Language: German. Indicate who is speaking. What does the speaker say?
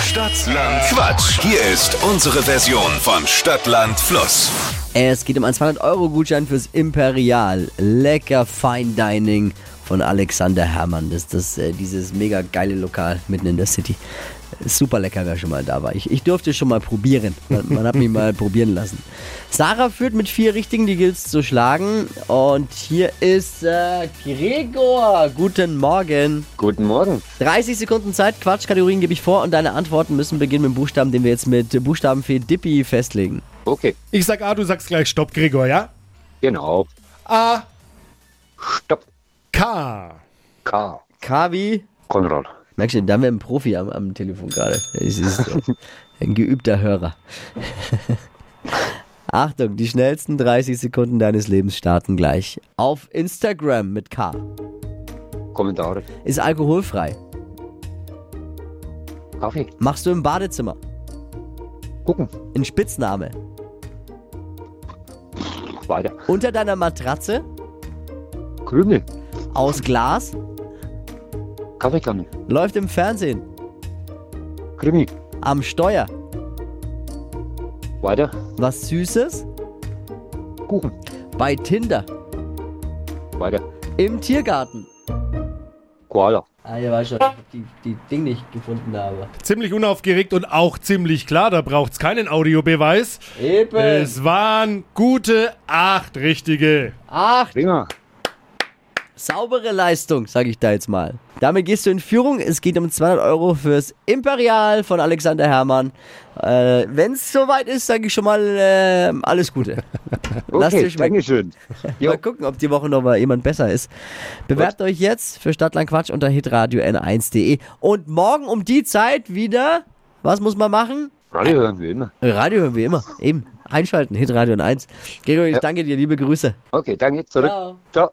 Speaker 1: Stadtland Quatsch. Hier ist unsere Version von Stadtland Fluss.
Speaker 2: Es geht um einen 200-Euro-Gutschein fürs Imperial. Lecker Fine Dining von Alexander Hermann. Das ist das, äh, dieses mega geile Lokal mitten in der City. Super lecker, wer schon mal da war. Ich, ich durfte schon mal probieren. Man, man hat mich mal probieren lassen. Sarah führt mit vier Richtigen, die gilt es zu schlagen. Und hier ist äh, Gregor. Guten Morgen.
Speaker 3: Guten Morgen.
Speaker 2: 30 Sekunden Zeit, Quatschkategorien gebe ich vor und deine Antworten müssen beginnen mit dem Buchstaben, den wir jetzt mit Buchstabenfee Dippy festlegen.
Speaker 3: Okay,
Speaker 4: Ich sag A, du sagst gleich Stopp, Gregor, ja?
Speaker 3: genau.
Speaker 4: A,
Speaker 3: Stopp.
Speaker 4: K.
Speaker 3: K.
Speaker 2: Kavi.
Speaker 3: Konrad.
Speaker 2: Merkst du, da haben wir einen Profi am, am Telefon gerade. Es ist äh, ein geübter Hörer. Achtung, die schnellsten 30 Sekunden deines Lebens starten gleich. Auf Instagram mit K.
Speaker 3: Kommentare.
Speaker 2: Ist alkoholfrei.
Speaker 3: Kaffee.
Speaker 2: Machst du im Badezimmer.
Speaker 3: Gucken.
Speaker 2: Ein Spitzname.
Speaker 3: Weiter.
Speaker 2: Unter deiner Matratze.
Speaker 3: Krümel.
Speaker 2: Aus Glas.
Speaker 3: Kaffeekanne.
Speaker 2: Läuft im Fernsehen.
Speaker 3: Krimi.
Speaker 2: Am Steuer.
Speaker 3: Weiter.
Speaker 2: Was Süßes.
Speaker 3: Kuchen.
Speaker 2: Bei Tinder.
Speaker 3: Weiter.
Speaker 2: Im Tiergarten.
Speaker 3: Koala.
Speaker 2: Ah, ihr weiß schon, ich hab die, die Ding nicht gefunden habe.
Speaker 4: Ziemlich unaufgeregt und auch ziemlich klar, da braucht's keinen Audiobeweis.
Speaker 2: Eben.
Speaker 4: Es waren gute acht richtige.
Speaker 2: Ach,
Speaker 3: Prima.
Speaker 2: Saubere Leistung, sage ich da jetzt mal. Damit gehst du in Führung. Es geht um 200 Euro fürs Imperial von Alexander Hermann. Äh, Wenn es soweit ist, sage ich schon mal äh, alles Gute. Lass dir
Speaker 3: Okay,
Speaker 2: schmecken.
Speaker 3: Dankeschön. Jo.
Speaker 2: Mal gucken, ob die Woche noch mal jemand besser ist. Bewerbt euch jetzt für Stadtland Quatsch unter hitradio n1.de. Und morgen um die Zeit wieder, was muss man machen?
Speaker 3: Radio hören wir immer.
Speaker 2: Radio hören wir immer. Eben, einschalten, hitradio n1. Gregor, ich danke dir, liebe Grüße.
Speaker 3: Okay, danke. Zurück.
Speaker 2: Ciao.
Speaker 3: Ciao.